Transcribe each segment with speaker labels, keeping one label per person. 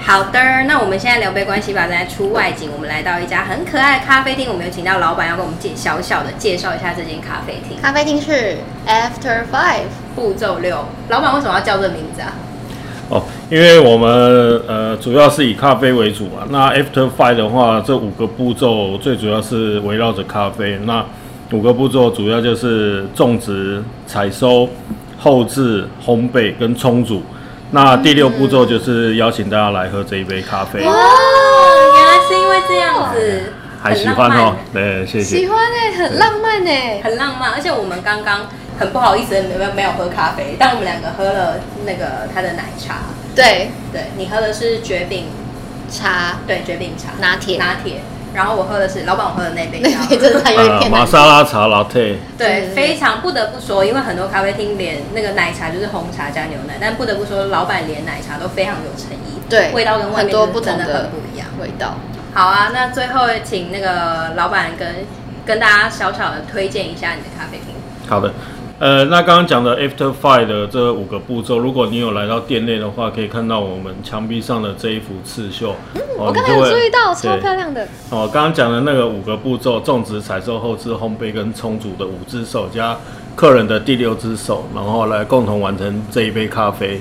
Speaker 1: 好的，那我们现在聊杯关系吧，在出外景，我们来到一家很可爱的咖啡厅，我们有请到老板要跟我们介小小的介绍一下这间咖啡厅。
Speaker 2: 咖啡厅是 After Five，
Speaker 1: 步骤六，老板为什么要叫这名字啊？
Speaker 3: 哦，因为我们呃主要是以咖啡为主嘛，那 After Five 的话，这五个步骤最主要是围绕着咖啡。那五个步骤主要就是种植、采收、后置、烘焙跟冲煮。那第六步骤就是邀请大家来喝这一杯咖啡，
Speaker 1: 哦，原来是因为这样子，
Speaker 3: 还喜
Speaker 1: 很
Speaker 3: 欢
Speaker 1: 浪漫
Speaker 3: 哦？对，谢谢
Speaker 2: 喜。欢哎、很浪漫哎、
Speaker 1: 很浪漫，而且我们刚刚很不好意思，没有没有喝咖啡，但我们两个喝了那个他的奶茶。
Speaker 2: 对，
Speaker 1: 对你喝的是绝饼，
Speaker 2: 茶
Speaker 1: 对绝饼茶
Speaker 2: 拿铁，
Speaker 1: 拿铁，然后我喝的是老板我喝的那 杯
Speaker 2: 那杯
Speaker 1: 叫
Speaker 2: 真的还有一
Speaker 3: 呃，
Speaker 2: 点
Speaker 3: 玛
Speaker 2: 难
Speaker 3: 莎拉茶 latte，
Speaker 1: 对，
Speaker 2: 对
Speaker 1: 非常不得不说，因为很多咖啡厅连那个奶茶就是红茶加牛奶，但不得不说，老板连奶茶都非常有诚意，
Speaker 2: 对
Speaker 1: 味道跟外
Speaker 2: 很
Speaker 1: 面就
Speaker 2: 多
Speaker 1: 是
Speaker 2: 不同
Speaker 1: 真的
Speaker 2: 的
Speaker 1: 很不一样。
Speaker 2: 味道。
Speaker 1: 好啊，那最后请那个老板跟跟大家小小的推荐一下你的咖啡厅。
Speaker 3: 好的，呃，那刚刚讲的 After Five 的这五个步骤，如果你有来到店内的话，可以看到我们墙壁上的这一幅刺绣。哦
Speaker 2: 嗯我刚才
Speaker 3: 你就
Speaker 2: 有
Speaker 3: 会
Speaker 2: 注意到，
Speaker 3: 对
Speaker 2: 超漂亮的。
Speaker 3: 哦，刚刚讲的那个五个步骤：种植、采收、后置、烘焙跟冲煮的五只手，加客人的第六只手，然后来共同完成这一杯咖啡。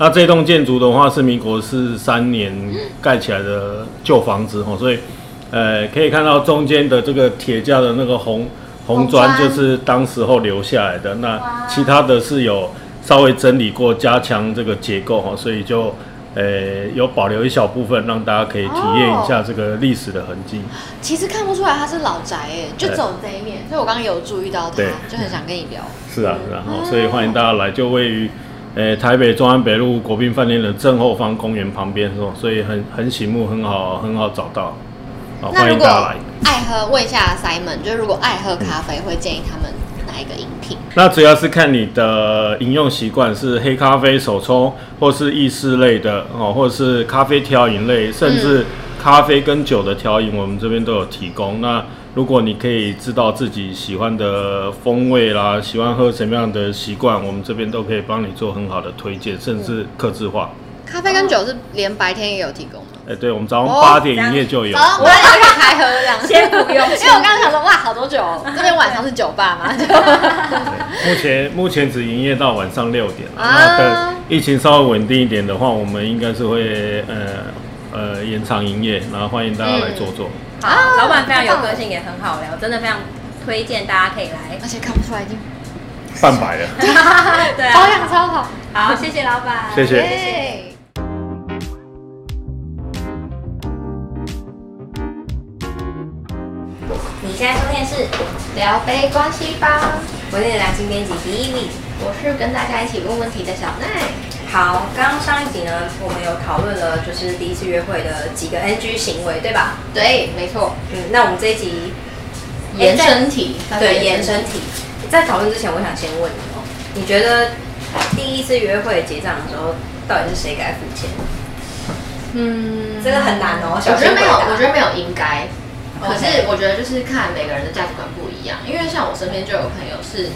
Speaker 3: 那这栋建筑的话是民国四三年盖起来的旧房子哦，所以呃可以看到中间的这个铁架的那个红红砖
Speaker 2: 红
Speaker 3: 就
Speaker 2: 砖
Speaker 3: 是当时候留下来的，那
Speaker 1: 哇
Speaker 3: 其他的是有稍微整理过，加强这个结构哈，所以就呃有保留一小部分，让大家可以体验一下这个历史的痕迹。
Speaker 2: 其实看不出来它是老宅哎、就走这一面，所以我刚刚有注意到它
Speaker 3: 对，
Speaker 2: 就很想跟你聊。
Speaker 3: 是啊，然
Speaker 2: 嗯
Speaker 3: 后、所以欢迎大家来，就位于呃台北中安北路国宾饭店的正后方公园旁边是吧？所以很很醒目，很好很好找到。好，
Speaker 2: 那
Speaker 3: 欢
Speaker 2: 如
Speaker 3: 迎
Speaker 2: 果
Speaker 3: 大家来。
Speaker 2: 爱喝，问一下 Simon，就是如果爱喝咖啡，会建议他们哪一个饮品？
Speaker 3: 那主要是看你的饮用习惯是黑咖啡手冲，或是意式类的哦，或者是咖啡调饮类，甚至咖啡跟酒的调饮，我们这边都有提供。那如果你可以知道自己喜欢的风味啦，喜欢喝什么样的习惯，我们这边都可以帮你做很好的推荐，甚至客制化。
Speaker 2: 咖啡跟酒是连白天也有提供吗？
Speaker 3: 哎、对，我们早上
Speaker 2: 哦
Speaker 3: 八点营业就有。
Speaker 2: 早上我也可以开喝这样，
Speaker 1: 先不 用
Speaker 2: 因为我刚刚想说，哇，好多酒哦，这边晚上是酒吧 嘛，就
Speaker 3: 目前目前只营业到晚上六点啊。
Speaker 2: 啊
Speaker 3: 那等疫情稍微稳定一点的话，我们应该是会呃呃延长营业，然后欢迎大家来坐坐。
Speaker 1: 好，
Speaker 2: 啊
Speaker 1: 老板非常有
Speaker 2: 太棒了
Speaker 1: 个性，也很好聊，真的非常推荐大家可以来。
Speaker 2: 而且看不出来已经
Speaker 3: 半百了，
Speaker 1: 对
Speaker 2: 保
Speaker 1: 啊，
Speaker 2: 养超好，
Speaker 1: 好，谢谢老板，
Speaker 3: 谢谢。
Speaker 2: 耶。
Speaker 1: 你现在收听的是
Speaker 2: 聊杯关系吧，
Speaker 1: 我是良心编辑 Vivi。
Speaker 2: 我是跟大家一起问问题的小奈。
Speaker 1: 好，刚刚上一集呢，我们有讨论了就是第一次约会的几个 NG 行为，对吧？
Speaker 2: 对，没错，
Speaker 1: 嗯，那我们这一集
Speaker 2: 延伸题，
Speaker 1: 对延伸题，在讨论之前，我想先问你哦，你觉得第一次约会结账的时候，到底是谁该付钱？
Speaker 2: 嗯，
Speaker 1: 这个很难哦，
Speaker 2: 我
Speaker 1: 小
Speaker 2: 觉得
Speaker 1: 心
Speaker 2: 没
Speaker 1: 回
Speaker 2: 有，
Speaker 1: 答
Speaker 2: 我觉得没有应该。可
Speaker 1: OK
Speaker 2: 是我觉得就是看每个人的价值观不一样，因为像我身边就有朋友是，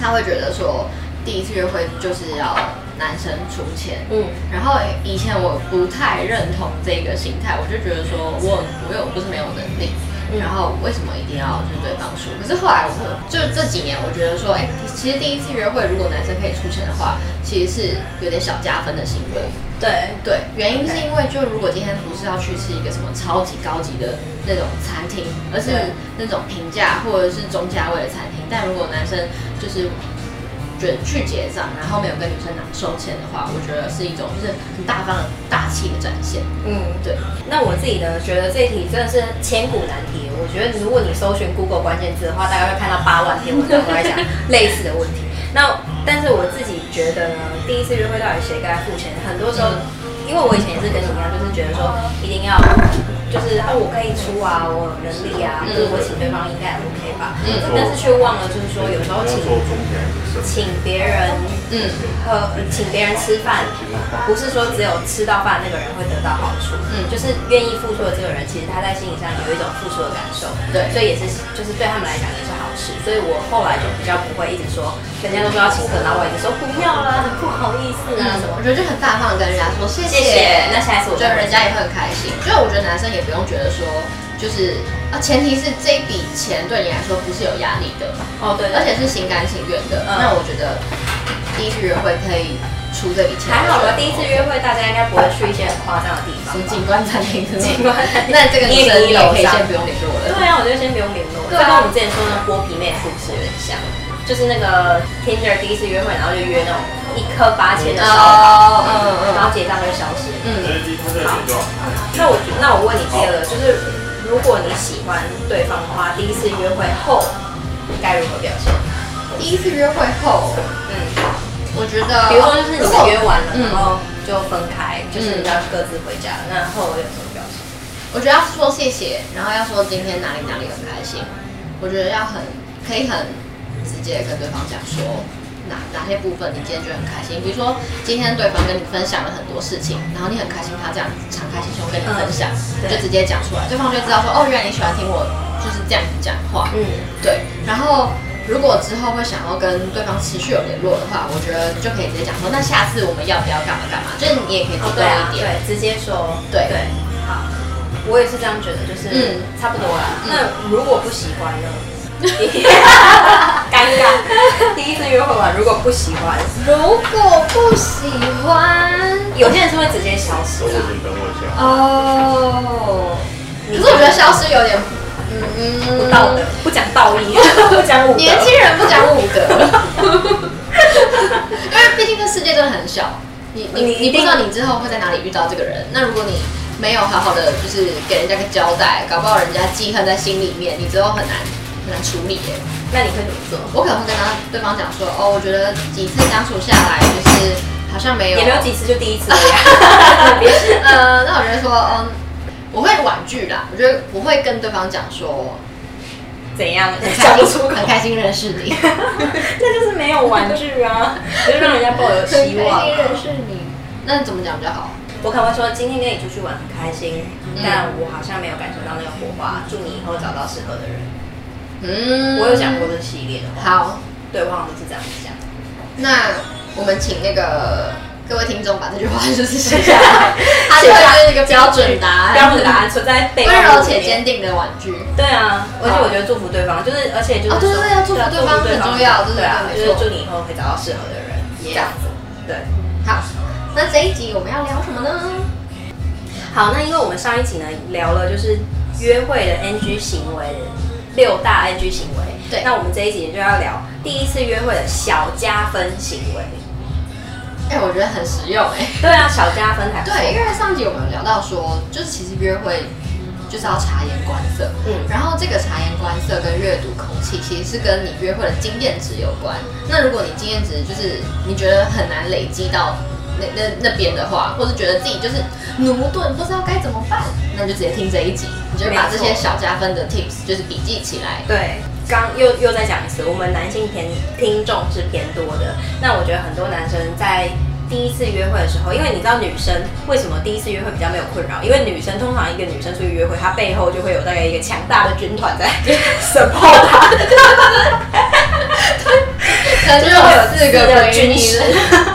Speaker 2: 他会觉得说第一次约会就是要男生出钱，
Speaker 1: 嗯，
Speaker 2: 然后以前我不太认同这个心态，我就觉得说我我又不是没有能力，
Speaker 1: 嗯
Speaker 2: 然后为什么一定要就是对方出？可是后来我就这几年，我觉得说，哎、其实第一次约会如果男生可以出钱的话，其实是有点小加分的行为。
Speaker 1: 对，
Speaker 2: 对，原因是因为就如果今天不是要去吃一个什么超级高级的那种餐厅，
Speaker 1: 对
Speaker 2: 而是那种平价或者是中价位的餐厅，但如果男生就是觉去结账，然后没有跟女生拿收钱的话，我觉得是一种就是很大方、大气的展现。
Speaker 1: 嗯。
Speaker 2: 对，
Speaker 1: 那我自己呢，觉得这一题真的是千古难题。我觉得如果你搜寻 Google 关键字的话，大概会看到八万篇文章都在讲类似的问题。那但是我自己觉得呢，第一次约会到底谁该付钱？很多时候，因为我以前也是跟你一样，就是觉得说一定要，就是啊我可以出啊，我有能力啊，就是我请对方应该也 OK 吧。
Speaker 2: 嗯
Speaker 1: 但是却忘了，就是说有时候请请别人
Speaker 2: 嗯，
Speaker 1: 和请别人吃饭，不是说只有吃到饭那个人会得到好处，嗯，
Speaker 2: 嗯
Speaker 1: 就是愿意付出的这个人，其实他在心理上有一种付出的感受，
Speaker 2: 对
Speaker 1: 所以也是就是对他们来讲也是好吃，所以我后来就比较不会一直说人家都说要请客，然后我一直说不要啦，很不好意思
Speaker 2: 嗯
Speaker 1: 啊什么。
Speaker 2: 我觉得就很大方地跟人家说谢
Speaker 1: 谢谢，那下一次我
Speaker 2: 我
Speaker 1: 就
Speaker 2: 觉得人家也会很开心。就是我觉得男生也不用觉得说，就是啊，前提是这笔钱对你来说不是有压力的，
Speaker 1: 哦对，
Speaker 2: 而且是心甘情愿的。
Speaker 1: 嗯
Speaker 2: 那我觉得第一次约会可以出这笔钱，
Speaker 1: 还好吧，第一次约会大家应该不会去一些很夸张的地方
Speaker 2: 什么
Speaker 1: 吧。
Speaker 2: 景观餐厅，
Speaker 1: 景观餐厅
Speaker 2: 那这个女生
Speaker 1: 你也
Speaker 2: 你也
Speaker 1: 可以
Speaker 2: 可
Speaker 1: 上
Speaker 2: 以先不用联络
Speaker 1: 对
Speaker 2: 了。
Speaker 1: 啊，我觉得先不用联络。这
Speaker 2: 对啊
Speaker 1: 跟我们之前说的剥皮妹的故事有点像，就是那个 Tinder 第一次约会，然后就约那种一颗八千的烧烤，
Speaker 2: 哦，嗯
Speaker 1: 然后
Speaker 2: 嗯
Speaker 1: 结账就消失了。
Speaker 2: 嗯嗯，
Speaker 1: 那我觉得，那我问你第二个，就是如果你喜欢对方的话，第一次约会后该如何表现？
Speaker 2: 第一次约会后，
Speaker 1: 嗯，
Speaker 2: 我觉得，
Speaker 1: 比如说就是你们约完了，
Speaker 2: 哦嗯
Speaker 1: 然后就分开，就是你要各自回家，那后有什么表现？
Speaker 2: 我觉得要说谢谢，然后要说今天哪里哪里很开心。我觉得要很可以很直接地跟对方讲说哪哪些部分你今天觉得很开心，比如说今天对方跟你分享了很多事情，然后你很开心，他这样敞开心胸跟你分享，
Speaker 1: 嗯对
Speaker 2: 就直接讲出来，对方就会知道说哦，原来你喜欢听我就是这样子讲话。
Speaker 1: 嗯，
Speaker 2: 对，然后如果之后会想要跟对方持续有联络的话，我觉得就可以直接讲说，那下次我们要不要干嘛干嘛？就是你也可以主
Speaker 1: 哦
Speaker 2: 动
Speaker 1: 对啊，
Speaker 2: 一点。
Speaker 1: 对，直接说，
Speaker 2: 对
Speaker 1: 对，好，我也是这样觉得，就是
Speaker 2: 嗯
Speaker 1: 差不多啦。
Speaker 2: 嗯
Speaker 1: 那如果不喜欢 呢？尴尬，第一次约会完如果不喜欢，
Speaker 2: 如果不喜欢，
Speaker 1: 有些人是会直接消失的。
Speaker 3: 你等我一下。
Speaker 2: 哦，可
Speaker 1: 你
Speaker 2: 是我觉得消失有点，嗯，
Speaker 1: 不道德，不讲道 义，不讲武德。
Speaker 2: 年轻人不讲武 德，因为毕竟这世界真的很小，你你
Speaker 1: 你
Speaker 2: 你
Speaker 1: 一定
Speaker 2: 不知道你之后会在哪里遇到这个人。那如果你没有好好的就是给人家个交代，搞不好人家记恨在心里面，你之后很难很难处理耶。
Speaker 1: 那你会怎么做？
Speaker 2: 我可能会跟他对方讲说，哦，我觉得几次相处下来，就是好像没有
Speaker 1: 也没有几次，就第一次而 已啊
Speaker 2: 呃，那我觉得说，嗯，我会婉拒啦。我觉得我会跟对方讲说，
Speaker 1: 怎样
Speaker 2: 很
Speaker 1: 讲
Speaker 2: 开
Speaker 1: 不
Speaker 2: 心
Speaker 1: 出口
Speaker 2: 很，开心认识你，
Speaker 1: 那就是没有玩具 啊，就是让人家抱有希望啊。
Speaker 2: 识你。那怎么讲比较好？
Speaker 1: 我可能会说今天跟你出去玩很开心，
Speaker 2: 嗯
Speaker 1: 但我好像没有感受到那个火花。祝你以后找到适合的人。
Speaker 2: 嗯
Speaker 1: 我有讲过这系列的话，
Speaker 2: 好，
Speaker 1: 对，我好像都是这样子 讲。
Speaker 2: 那我们请那个各位听众把这句话就是写下 来，它就会是一个标准答案，
Speaker 1: 标准答案存在备忘
Speaker 2: 温
Speaker 1: 录
Speaker 2: 柔
Speaker 1: 里
Speaker 2: 且
Speaker 1: 面
Speaker 2: 坚定的婉拒。
Speaker 1: 对啊，而且我觉得祝福对方，就是而且就是啊
Speaker 2: 哦对
Speaker 1: 说
Speaker 2: 对对要祝福对方很重要
Speaker 1: 对啊，就
Speaker 2: 对对对没
Speaker 1: 是
Speaker 2: 错嗯
Speaker 1: 祝你以后会找到适合的人，这
Speaker 2: Yeah
Speaker 1: 样子。对，
Speaker 2: 好，那这一集我们要聊什么呢？
Speaker 1: 好，那因为我们上一集呢聊了就是约会的 NG 行为六大 NG 行为，
Speaker 2: 对
Speaker 1: 那我们这一集就要聊第一次约会的小加分行为。
Speaker 2: 哎、我觉得很实用哎、
Speaker 1: 对啊，小加分还不错
Speaker 2: 对，因为上集我们有聊到说，就是其实约会就是要察言观色，
Speaker 1: 嗯
Speaker 2: 嗯，然后这个察言观色跟阅读空气其实是跟你约会的经验值有关。那如果你经验值就是你觉得很难累积到那那那边的话，或者觉得自己就是驽钝，不知道该怎么办，那你就直接听这一集，你就把
Speaker 1: 没
Speaker 2: 这
Speaker 1: 错
Speaker 2: 些小加分的 tips 就是笔记起来。
Speaker 1: 对，刚又又再讲一次，我们男性偏听众是偏多的。那我觉得很多男生在第一次约会的时候，因为你知道女生为什么第一次约会比较没有困扰，因为女生通常一个女生出去约会，她背后就会有大概一个强大的军团在 support 她，
Speaker 2: 可能就会有四
Speaker 1: 四个
Speaker 2: 个
Speaker 1: 军师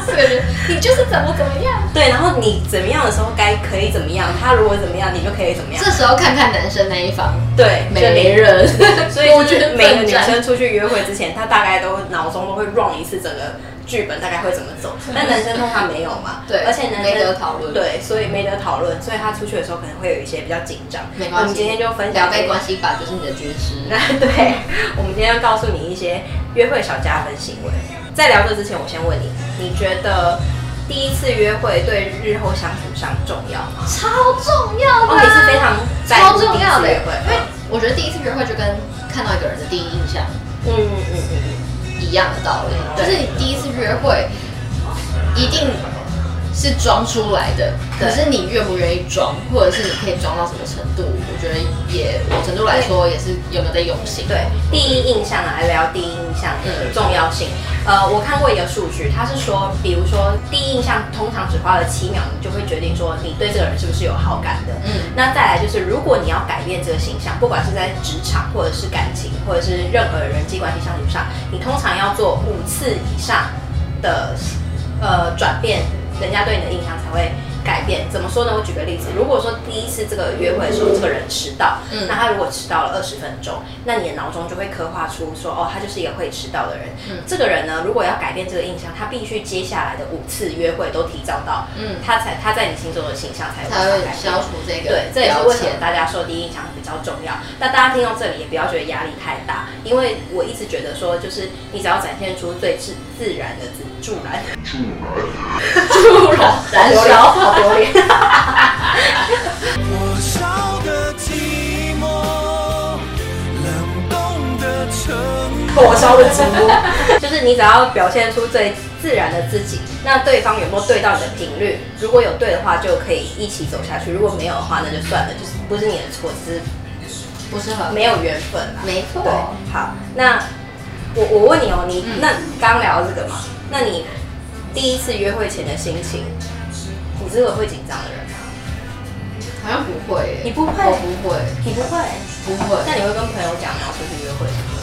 Speaker 2: 四个军，你就是怎么怎么样。
Speaker 1: 对，然后你怎么样的时候该可以怎么样，他如果怎么样，你就可以怎么样
Speaker 2: 这。时候看看男生那一方，
Speaker 1: 对，就
Speaker 2: 没
Speaker 1: 你
Speaker 2: 人，
Speaker 1: 所以就是
Speaker 2: 得
Speaker 1: 每个女生出去约会之前，她大概都脑中都会 run 一次整个剧本大概会怎么走，但男生通常没有嘛，
Speaker 2: 嗯对
Speaker 1: 而且男生
Speaker 2: 没得讨论
Speaker 1: 对，所以没得讨论，所以他出去的时候可能会有一些比较紧张。
Speaker 2: 没关
Speaker 1: 我
Speaker 2: 系，
Speaker 1: 们今天就分
Speaker 2: 两
Speaker 1: 享这
Speaker 2: 倍
Speaker 1: 个
Speaker 2: 关系法就是你的军师。
Speaker 1: 那 对，我们今天要告诉你一些约会小加分行为。在聊这之前，我先问你，你觉得第一次约会对日后相处上重要吗？
Speaker 2: 超重要的、啊
Speaker 1: 哦，你是非常在
Speaker 2: 超
Speaker 1: 乎
Speaker 2: 重要
Speaker 1: 第一次约
Speaker 2: 的，因
Speaker 1: 会
Speaker 2: 为我觉得第一次约会就跟看到一个人的第一印象
Speaker 1: 嗯嗯嗯嗯嗯，
Speaker 2: 一样的道理，
Speaker 1: 对
Speaker 2: 就是你第一次约会一定是装出来的，
Speaker 1: 对
Speaker 2: 可是你愿不愿意装，或者是你可以装到什么程度，我觉得也某程度来说也是有没有在用心。
Speaker 1: 对，第一印象啊来聊第一印象的重要性。呃，我看过一个数据，它是说，比如说第一印象通常只花了七秒，你就会决定说你对这个人是不是有好感的。
Speaker 2: 嗯
Speaker 1: 那再来就是，如果你要改变这个形象，不管是在职场或者是感情，或者是任何人际关系相处上，你通常要做五次以上的呃转变，人家对你的印象才会改变。怎么说呢？我举个例子，如果说第一次这个约会的时候，这个人迟到，
Speaker 2: 嗯
Speaker 1: 那他如果迟到了二十分钟，那你的脑中就会刻画出说，哦，他就是一个会迟到的人。
Speaker 2: 嗯
Speaker 1: 这个人呢，如果要改变这个印象，他必须接下来的五次约会都提早到，
Speaker 2: 嗯，
Speaker 1: 他才他在你心中的形象才有
Speaker 2: 才
Speaker 1: 办法
Speaker 2: 会
Speaker 1: 改变
Speaker 2: 消除这个
Speaker 1: 对，这也是
Speaker 2: 标
Speaker 1: 为什么
Speaker 2: 签。
Speaker 1: 大家说第一印象比较重要。那大家听到这里也不要觉得压力太大，因为我一直觉得说，就是你只要展现出最自自然的自助 然，助然，
Speaker 2: 燃
Speaker 1: 好丢脸
Speaker 2: 烧
Speaker 1: 好丢脸。
Speaker 4: 我烧的寂寞，冷冻的承诺。
Speaker 1: 火烧的直播， 就是你只要表现出最自然的自己，那对方有没有对到你的频率？如果有对的话，就可以一起走下去；如果没有的话，那就算了，就是不是你的错，只是
Speaker 2: 不适合，
Speaker 1: 没有缘分啦。
Speaker 2: 没错
Speaker 1: 对，好，那我我问你哦，你、
Speaker 2: 嗯
Speaker 1: 那刚聊到这个嘛，那你第一次约会前的心情，你是个会紧张的人吗？
Speaker 2: 好像不会耶。
Speaker 1: 你不会
Speaker 2: 我不会，
Speaker 1: 你不会，
Speaker 2: 不会。
Speaker 1: 那你会跟朋友讲你要出去约会什么的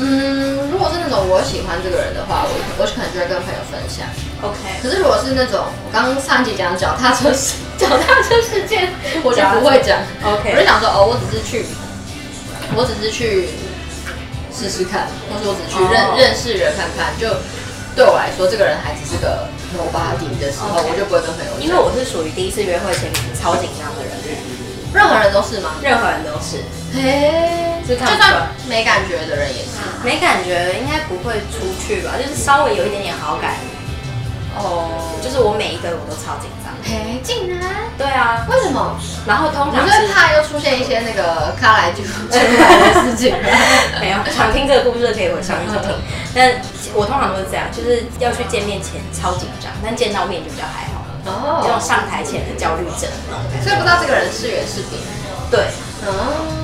Speaker 2: 嗯，如果是那种我喜欢这个人的话，我我可能就会跟朋友分享。
Speaker 1: ？OK，
Speaker 2: 可是如果是那种我刚刚上一集讲脚踏车事脚踏车事件，我就不会讲。
Speaker 1: OK
Speaker 2: 我就想说哦，我只是去，我只是去试试看，或者我只是去认、
Speaker 1: 哦
Speaker 2: 认识人看看。就对我来说，这个人还只是个 nobody 的时候
Speaker 1: OK
Speaker 2: 我就不会跟朋友讲。
Speaker 1: 因为我是属于第一次约会前超紧张的人，
Speaker 2: 任何人都是吗？
Speaker 1: 任何人都是。
Speaker 2: 嘿，
Speaker 1: 就
Speaker 2: 就
Speaker 1: 看不出来
Speaker 2: 算没感觉的人也是。
Speaker 1: 没感觉，应该不会出去吧？就是稍微有一点点好感，
Speaker 2: 哦，
Speaker 1: 就是我每一个我都超紧张。
Speaker 2: 嘿，竟然
Speaker 1: 对啊，
Speaker 2: 为什么？
Speaker 1: 然后通
Speaker 2: 你
Speaker 1: 常
Speaker 2: 会
Speaker 1: 是
Speaker 2: 怕又出现一些那个卡来就出来的事情
Speaker 1: 没有想听这个故事的可以回上面去听。但我通常都是这样，就是要去见面前超紧张，但见到面就比较还好，
Speaker 2: 哦
Speaker 1: 这种上台前的焦虑症那种感
Speaker 2: 所以不知道这个人是缘是敌。
Speaker 1: 觉。对
Speaker 2: 哦，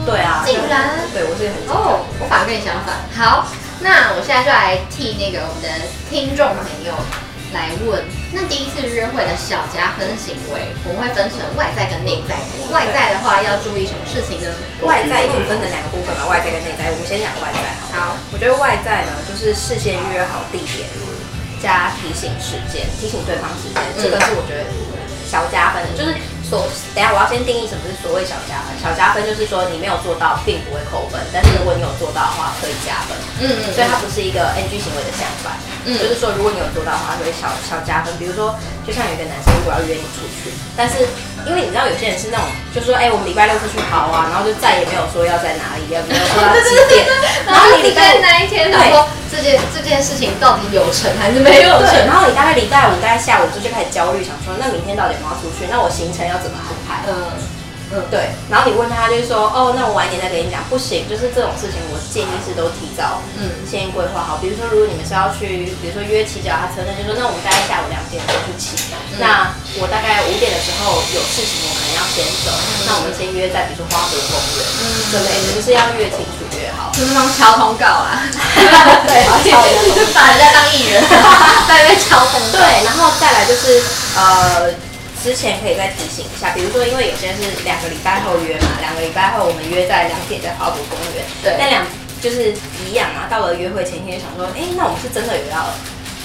Speaker 1: 对啊，
Speaker 2: 竟然
Speaker 1: 对我是很紧张
Speaker 2: 哦，我反而跟你相反。好，那我现在就来替那个我们的听众朋友来问，那第一次约会的小加分行为，我们会分成外在跟内在。外在的话要注意什么事情呢？
Speaker 1: 外在一共分成两个部分嘛，外在跟内在。我们先讲外在好了。
Speaker 2: 好，
Speaker 1: 我觉得外在呢，就是事先约好地点，加提醒时间，提醒对方时间，这个是我觉得小加分的。就是所，等一下我要先定义什么是所谓小加分。小加分就是说你没有做到，并不会扣分，但是如果你有做到的话，可以加分。
Speaker 2: 嗯嗯
Speaker 1: 所以它不是一个 NG 行为的相反，
Speaker 2: 嗯，
Speaker 1: 就是说如果你有做到的话，它会小小加分。比如说，就像有一个男生如果要约你出去，但是因为你知道有些人是那种，就说哎、我们礼拜六出去跑啊，然后就再也没有说要在哪里，也没有说要几点啊然
Speaker 2: 然
Speaker 1: 后
Speaker 2: 后
Speaker 1: 你礼
Speaker 2: 你
Speaker 1: 拜五
Speaker 2: 在那一天，然后这件这件事情到底有成还是没有
Speaker 1: 对，
Speaker 2: 成？
Speaker 1: 然后你大概礼拜五大概下午就就开始焦虑，想说那明天到底有没有要出去？那我行程要怎么安排？
Speaker 2: 嗯嗯，
Speaker 1: 对，然后你问他，他就说哦，那我晚一点再跟你讲。不行，就是这种事情，我建议是都提早，
Speaker 2: 嗯
Speaker 1: 嗯，先规划好。比如说，如果你们是要去，比如说约骑脚踏车，那就说那我们大概下午两点就去骑。那我大概五点的时候有事情，我可能要先走。那我们先约在比如说花博公园，嗯，之类的，就是要越清楚越好。
Speaker 2: 就是帮敲通告啊，
Speaker 1: 对好敲通 告
Speaker 2: 把人家当艺人，在那边敲通告。
Speaker 1: 对，然后再来就是呃，之前可以再提醒一下，比如说，因为有些是两个礼拜后约嘛，两个礼拜后我们约在两点在花博公园，
Speaker 2: 对
Speaker 1: 那两就是一样啊。到了约会前一天就想说，哎、那我们是真的有要，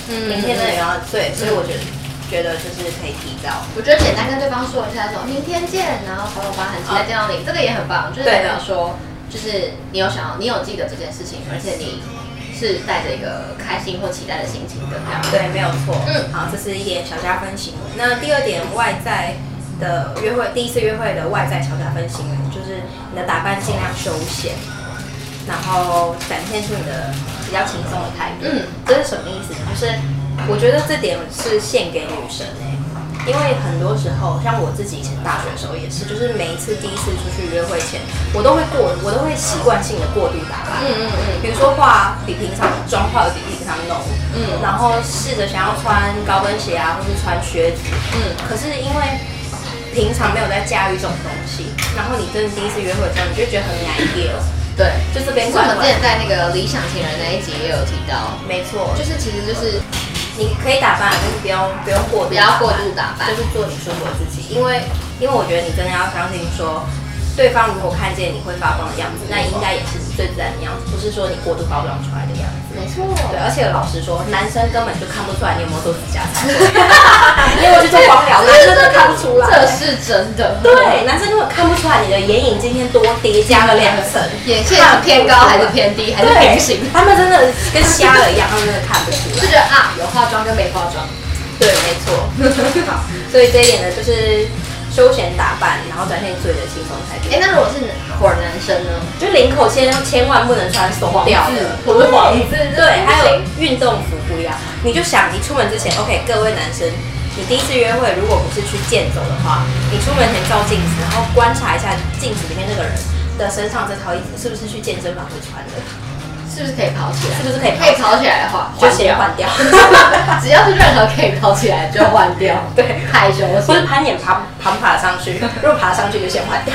Speaker 2: 嗯
Speaker 1: 明天真的有要，对，所以我觉得觉得就是可以提早。
Speaker 2: 我觉得简单跟对方说一下说明天见，然后巴拉巴拉，很期待见到你，这个也很棒，就是代表说，就是你有想要，你有记得这件事情，而且你是带着一个开心或期待的心情的这样。
Speaker 1: 对，没有错。
Speaker 2: 嗯
Speaker 1: 嗯，好，这是一点小加分行为。那第二点，外在的约会，第一次约会的外在小加分行为，就是你的打扮尽量休闲，然后展现出你的比较轻松的态度。嗯，
Speaker 2: 嗯
Speaker 1: 这是什么意思呢？就是我觉得这点是献给女生哎、因为很多时候，像我自己以前大学的时候也是，就是每一次第一次出去约会前，我都会过，我都会习惯性的过度打扮。
Speaker 2: 嗯嗯嗯
Speaker 1: 比如说化比平常妆化的比平常浓，
Speaker 2: 嗯
Speaker 1: 嗯，然后试着想要穿高跟鞋啊，或是穿靴子，
Speaker 2: 嗯
Speaker 1: 可是因为平常没有在驾驭这种东西，然后你真的第一次约会之后，你就觉得很难 idea，
Speaker 2: 对，
Speaker 1: 就这
Speaker 2: 其
Speaker 1: 边
Speaker 2: 实我
Speaker 1: 拐
Speaker 2: 们
Speaker 1: 弯
Speaker 2: 之前。在那个理想情人那一集也有提到，
Speaker 1: 没错，
Speaker 2: 就
Speaker 1: 就是
Speaker 2: 其实就是
Speaker 1: 你可以打扮，但是不要不用过度，
Speaker 2: 不要过度打扮
Speaker 1: 就是做你舒服的自己。因为因为我觉得你真的要相信说，对方如果看见你会发光的样子，那应该也是你最自然的样子，不是说你过度包装出来的样子。
Speaker 2: 没错，
Speaker 1: 对，而且老实说，男生根本就看不出来你有没有做指甲彩 绘，因为我去做光 疗，男生都看不出来。
Speaker 2: 这是真的。
Speaker 1: 对，男生根本看不出来你的眼影今天多叠加了两层，
Speaker 2: 眼线是偏高还是偏低还是
Speaker 1: 对
Speaker 2: 平行，
Speaker 1: 他们真的跟瞎了一样，他们真的看不出来。
Speaker 2: 就觉得啊有化妆跟没化妆。
Speaker 1: 对，没错。好，所以这一点呢，就是休闲打扮，然后展现自己的轻松态度。
Speaker 2: 哎、那如果是火男生呢？
Speaker 1: 就领口千千万不能穿松掉
Speaker 2: 黄
Speaker 1: 的
Speaker 2: 字，不是黄字这
Speaker 1: 对，
Speaker 2: 不行
Speaker 1: 还有运动服不要。你就想，你出门之前，OK，各位男生，你第一次约会如果不是去健走的话，你出门前照镜子，然后观察一下镜子里面那个人的身上这套衣服是不是去健身房会穿的，
Speaker 2: 是不是可以跑起来？
Speaker 1: 是不是可以
Speaker 2: 可以跑起来的话，
Speaker 1: 就先换 掉。
Speaker 2: 只要是任何可以跑起来就换 掉。
Speaker 1: 对
Speaker 2: 害羞
Speaker 1: 或者
Speaker 2: 是
Speaker 1: 攀岩爬不爬不爬得上去，如果爬得上去就先换掉。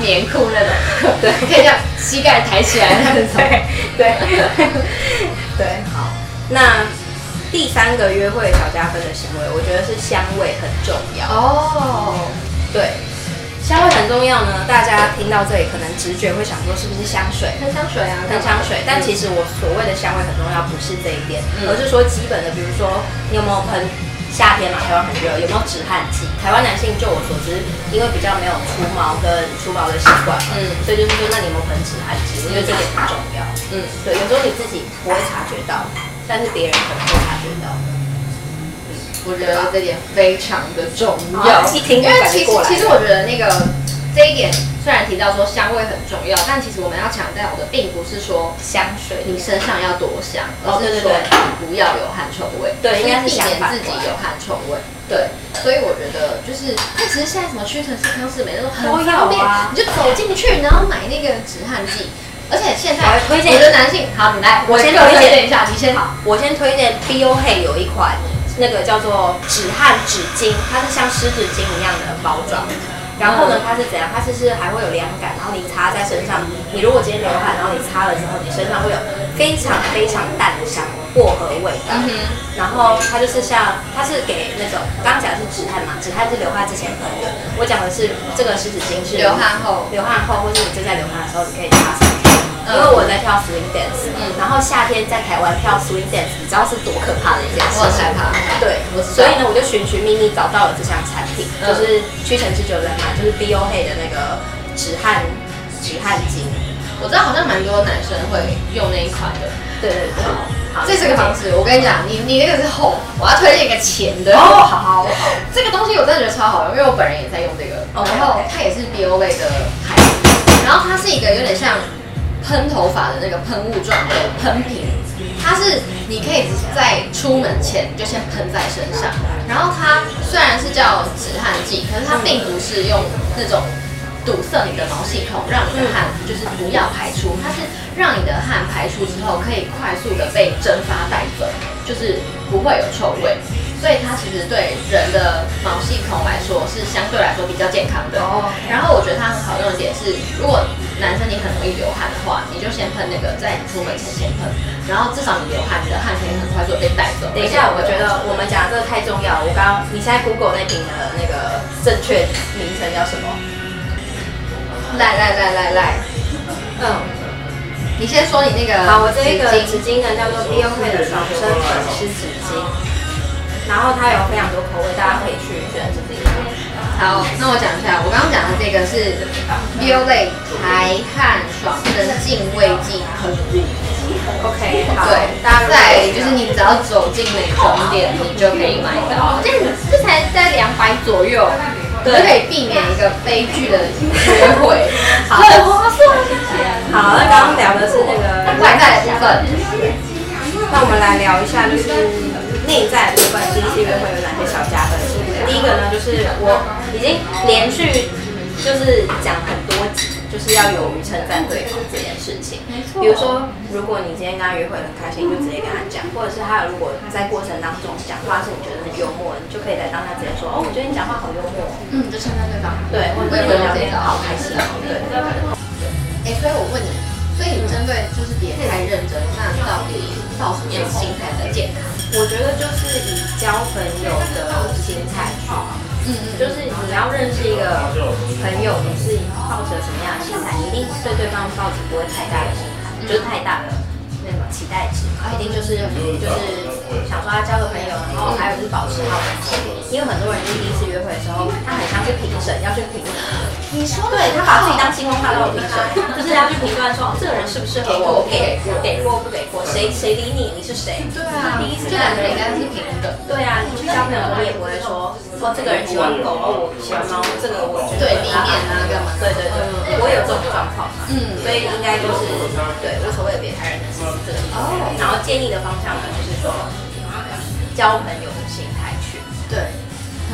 Speaker 2: 棉裤那种，
Speaker 1: 对
Speaker 2: 可以这样膝盖抬起来那种。
Speaker 1: 对对对，好。那第三个约会小加分的行为，我觉得是香味很重要。
Speaker 2: 哦，
Speaker 1: 对，香味很重要呢。大家听到这里，可能直觉会想说是不是香水？
Speaker 2: 喷香水啊，
Speaker 1: 喷香水，但其实
Speaker 2: 实
Speaker 1: 我所谓的香味很重要，不是这一点，
Speaker 2: 嗯
Speaker 1: 而是说基本的，比如说你有没有喷夏天嘛，台湾很热，有没有止汗剂？台湾男性就我所知，因为比较没有除毛跟除毛的习惯嘛，
Speaker 2: 嗯
Speaker 1: 所以就是说，那你有没有喷止汗剂？我觉得这点很重要。
Speaker 2: 嗯，
Speaker 1: 对，有时候你自己不会察觉到，但是别人可能会察觉到。
Speaker 2: 我觉得这点非常的重要
Speaker 1: 啊。一听
Speaker 2: 因
Speaker 1: 就
Speaker 2: 为
Speaker 1: 感
Speaker 2: 其
Speaker 1: 觉
Speaker 2: 实
Speaker 1: 过来
Speaker 2: 其实我觉得那个这一点虽然提到说香味很重要，但其实我们要强调的并不是说
Speaker 1: 香水，
Speaker 2: 你身上要多香，
Speaker 1: 哦
Speaker 2: 而是说
Speaker 1: 对对
Speaker 2: 你不要有汗臭味，
Speaker 1: 对应该是
Speaker 2: 避
Speaker 1: 相
Speaker 2: 免
Speaker 1: 反
Speaker 2: 自己
Speaker 1: 过来
Speaker 2: 有汗臭味。对，所以我觉得就是，但其实现在什么屈臣氏、康士美那种很方
Speaker 1: 都
Speaker 2: 便，
Speaker 1: 有啊
Speaker 2: 你就走进去，然后买那个止汗剂。而且现在
Speaker 1: 我还推荐
Speaker 2: 我觉得男性，好，你来，
Speaker 1: 我先
Speaker 2: 各位
Speaker 1: 推荐
Speaker 2: 一下，你先好。
Speaker 1: 我先推荐 Biohe 有一款那个叫做止汗纸巾，它是像湿纸巾一样的包装。然后呢，它是怎样？它就是还会有凉感，然后你擦在身上，你如果今天流汗，然后你擦了之后，你身上会有非常非常淡的香薄荷味道。
Speaker 2: 嗯哼
Speaker 1: 然后它就是像，它是给那种刚讲的是止汗嘛，止汗是流汗之前喷的，我讲的是这个湿纸巾是
Speaker 2: 流汗后
Speaker 1: 流汗后，或是你正在流汗的时候，你可以擦上去。因
Speaker 2: 嗯
Speaker 1: 为我在跳 swing dance，、
Speaker 2: 嗯
Speaker 1: 然后夏天在台湾跳 swing dance，你知道是多可怕的一件事
Speaker 2: 我很
Speaker 1: 情
Speaker 2: 害怕
Speaker 1: 对
Speaker 2: 我，知
Speaker 1: 所
Speaker 2: 道
Speaker 1: 以呢，我就寻寻觅觅找到了这项产品，
Speaker 2: 嗯
Speaker 1: 就是屈臣氏就有在卖，就是 B O H 的那个止汗止汗巾。
Speaker 2: 我知道好像蛮多男生会用那一款的，
Speaker 1: 对对对，好，
Speaker 2: 这是个方式。我跟你讲，你你那个是后，我要推荐一个前的。
Speaker 1: 哦，好好好，
Speaker 2: 这个东西我真的觉得超好用，因为我本人也在用这个，
Speaker 1: OK，
Speaker 2: 然后
Speaker 1: 哦 OK
Speaker 2: 它也是 B O V 的牌子，然后它是一个有点像喷头发的那个喷雾状的喷瓶，它是你可以在出门前就先喷在身上，然后它虽然是叫止汗剂，可是它并不是用那种堵塞你的毛细孔，让你的汗就是不要排出，它是让你的汗排出之后可以快速的被蒸发带走，就是不会有臭味。所以它其实对人的毛细孔来说是相对来说比较健康的。
Speaker 1: 哦
Speaker 2: 然后我觉得它很好用的点是，如果男生你很容易流汗的话，你就先喷那个，在你出门前先喷，然后至少你流汗，你的汗可以很快速地被带走。
Speaker 1: 等一下，我觉得我们讲的这个太重要了。我刚刚你现在 Google 那瓶的那个正确名称叫什么？
Speaker 2: 来来来来来，
Speaker 1: 嗯。
Speaker 2: 你先说你那个
Speaker 1: 好，我这一个
Speaker 2: 纸
Speaker 1: 纸
Speaker 2: 巾
Speaker 1: 巾呢叫做 b o k 呃的爽身粉湿纸巾，然后它有非常多口味，大家可以去选择自己买。
Speaker 2: 好，那我讲一下，我刚刚讲的这个是 Biolay 排汗爽身净味剂喷雾。
Speaker 1: OK，好，
Speaker 2: 对，
Speaker 1: 大家如果
Speaker 2: 在
Speaker 1: 有需
Speaker 2: 就
Speaker 1: 要
Speaker 2: 是你只要走进美妆店，你就可以买到，这样这才在两百左右，你
Speaker 1: 对
Speaker 2: 就可以避免一个悲剧的约会，
Speaker 1: 好
Speaker 2: 很划算啊。
Speaker 1: 好，那刚刚聊的是那个
Speaker 2: 外在的部分，
Speaker 1: 那我们来聊一下，就是内在部分，第一次约会有哪些小加分？第一个呢，就是我已经连续就是讲很多集，就是要勇于称赞对方这件事情。没错。比如说，如果你今天跟他约会很开心，就直接跟他讲；或者是他如果在过程当中讲话是你觉得很幽默，你就可以在当下直接说：“哦，我觉得你讲话好幽默。
Speaker 2: 嗯，就称赞对方”。
Speaker 1: 对，或
Speaker 2: 我
Speaker 1: 者是
Speaker 2: 也会
Speaker 1: 聊
Speaker 2: 用这
Speaker 1: 天
Speaker 2: 招。
Speaker 1: 好开心。对。
Speaker 2: 哎，所以我问你，所以你针对就是别太认真，那到底到什么样的心态才健康？
Speaker 1: 我觉得就是以交朋友的心态去，
Speaker 2: 嗯
Speaker 1: 就是
Speaker 2: 嗯，
Speaker 1: 你要认识一个朋友，你是抱着什么样的心态，你一定对对方抱着不会太大的心态，就是太大的那种期待值，一定就是就是想说他交个朋友，然后还有就是保持好感情，因为很多人就是第一次约会的时候，他很像是评审要去评
Speaker 2: 你说
Speaker 1: 对他把自己当星光大道评审， 就是要去评断说哦这个人适不适合我，我给我给过不给过，谁谁理你，你是谁？
Speaker 2: 对啊，
Speaker 1: 第一次
Speaker 2: 这两个人应该是平等。
Speaker 1: 对啊，你去交朋友，我也不会说哦这个人喜欢狗，哦我喜欢猫，这个我觉得
Speaker 2: 对立面啊干嘛
Speaker 1: 对对对，我有这种状况嘛，
Speaker 2: 嗯
Speaker 1: 所以应该就是对无所谓别他人的事情这个意思
Speaker 2: 哦
Speaker 1: 然后建议的方向呢就是说交朋友的心态去，
Speaker 2: 对，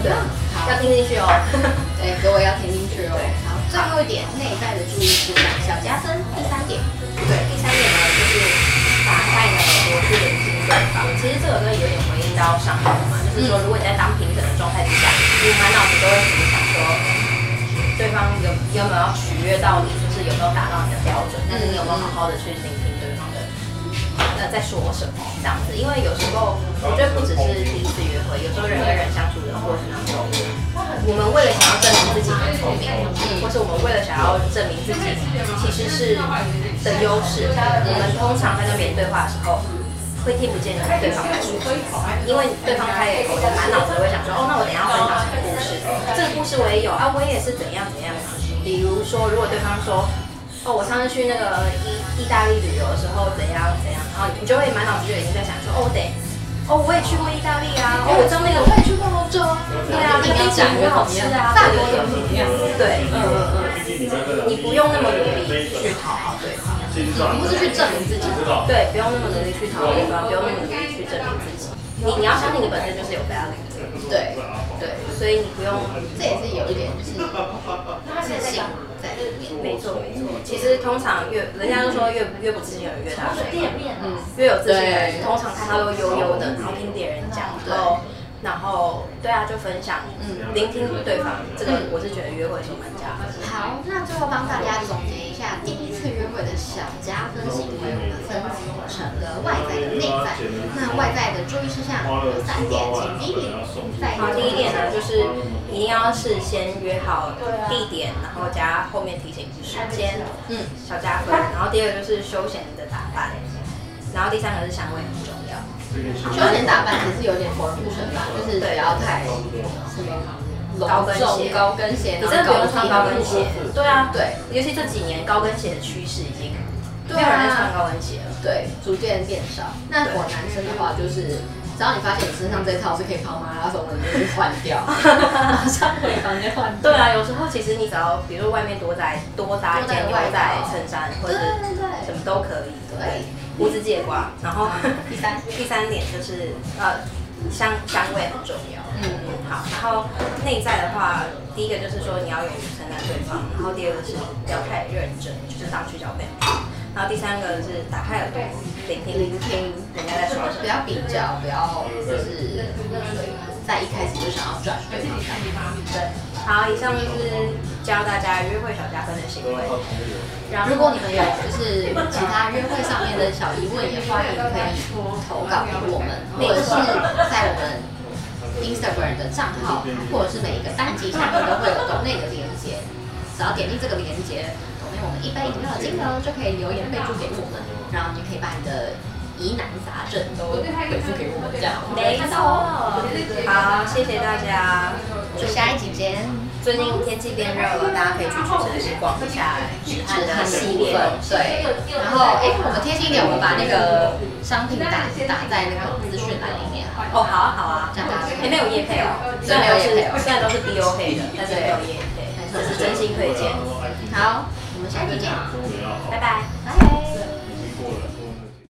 Speaker 1: 对，
Speaker 2: 好
Speaker 1: 要听进去哦。
Speaker 2: 对，各位要听进去哦。好，最后一点内在的注意事项，小加分。第三点，
Speaker 1: 对，第三点呢，就是打开你的耳朵去聆听对方。其实这个呢，有点回应到上面的嘛，就是说，如果你在当平等的状态之下，你满脑子都会只想说，对方有有没有要取悦到你，就是有没有达到你的标准，但是你有没有好好的去聆听对方的。呃，在说什么这样子，因为有时候我觉得不只是第一次约会，有时候人跟人相处的过程当中，我们为了想要证明自己很聪明，或是我们为了想要证明自己其实是的优势，我们通常在跟别人对话的时候。会听不见对方在说什么，因为对方开个口，我们满脑子会想说，哦，那我等一下要分享什么故事？这个故事我也有啊，我也是怎样怎样。比如说，如果对方说，哦，我上次去那个意意大利旅游的时候怎样怎样，然后你就会满脑子就已经在想说，哦，我得，哦，我也去过意大利啊，哦，我知道那个
Speaker 2: 我也去过欧洲，
Speaker 1: 对啊，那冰淇淋很好吃啊，
Speaker 2: 法
Speaker 1: 对
Speaker 2: 国
Speaker 1: 对
Speaker 2: 怎么样？
Speaker 1: 对，对嗯嗯嗯，你不用那么努力去讨好对方，
Speaker 2: 你不是去证明自己，
Speaker 1: 对，不用那么努力去讨好对方，不用那么努力去证明自己，你你要相信你本身就是有 value 的，
Speaker 2: 对，
Speaker 1: 对，所以你不用，
Speaker 2: 这也是有一点就是自信在里面。
Speaker 1: 没错没错，其实通常越人家都说越越不自信的人越大声，
Speaker 2: 嗯，
Speaker 1: 越有自信的人
Speaker 2: 对
Speaker 1: 通常看到都悠悠的，然后听别人讲，然后然后对啊就分享，
Speaker 2: 嗯
Speaker 1: 聆听对方，这个我是觉得约会的时候蛮加分的。
Speaker 2: 好，那最后帮大家总结一下第一次约会的小加分行为，我们分成了外在跟内在。那外在的注意事项有三点，请 Vivi 再
Speaker 1: 好，第一点呢，
Speaker 2: 就
Speaker 1: 就是一定要事先约好地点，然后加后面提醒时间，
Speaker 2: 嗯，
Speaker 1: 小加分。然后第二个就是休闲的打扮，然后第三个是香味很重要。
Speaker 2: 休闲打扮其实有点模糊身吧，就是不要太什么隆
Speaker 1: 高跟
Speaker 2: 重
Speaker 1: 鞋
Speaker 2: 高跟鞋，
Speaker 1: 你真的不用穿高
Speaker 2: 然后
Speaker 1: 跟
Speaker 2: 低
Speaker 1: 鞋，对啊，
Speaker 2: 对，
Speaker 1: 尤其这几年高跟鞋的啊趋势已经没
Speaker 2: 对啊
Speaker 1: 有人在穿高跟鞋了。
Speaker 2: 对，逐渐变少。那我男生的话就是。只要你发现你身上这套是可以跑马拉松的，你就去换掉， 马上回房间换掉。
Speaker 1: 对啊，有时候其实你只要，比如说外面多搭多搭一件牛仔衬衫，或者
Speaker 2: 对对对
Speaker 1: 什么都可以，
Speaker 2: 对，
Speaker 1: 无指节瓜。然后
Speaker 2: 第三
Speaker 1: 第三点就是呃香香味很重要。
Speaker 2: 嗯
Speaker 1: 嗯，好。然后内在的话，第一个就是说你要勇于称赞对方，然后第二个是不要太认真，就是当去交朋友。然后第三个是打开耳朵聆听
Speaker 2: 聆听
Speaker 1: 人家在说什
Speaker 2: 不
Speaker 1: 么。
Speaker 2: 要比较，不要就是在一开始就想要转对方干嘛。
Speaker 1: 对，好，以上就是教大家约会小加分的行为。然后
Speaker 2: 如果你们有就是其他约会上面的小疑问，也欢迎可以投稿给我们，或者是在我们 Instagram 的账号，或者是每一个单集下面都会有抖内的连接，只要点击这个连接，抖内我们一杯饮料的金额就可以留言备注给我们，然后你可以把你的疑难杂症都回复给我们，这样我们
Speaker 1: 没错
Speaker 2: 会看到哦。，
Speaker 1: 好，谢谢大家。
Speaker 2: 就下一集见。
Speaker 1: 最近天气变热了，大家可以去屈臣氏逛一下止
Speaker 2: 是
Speaker 1: 汗的
Speaker 2: 很
Speaker 1: 系
Speaker 2: 吸
Speaker 1: 列
Speaker 2: 粉。，对。然后，哎，我们贴心一点，我们把那个商品打打在那个资讯栏里面。哎
Speaker 1: 哦，好啊，好啊
Speaker 2: 这样大家可以，
Speaker 1: 也没有夜配哦，虽然都是虽然都是 D O K 的，但是没有夜配，这是真心推荐，
Speaker 2: 好，我们下期见，
Speaker 1: 拜拜。
Speaker 2: 拜。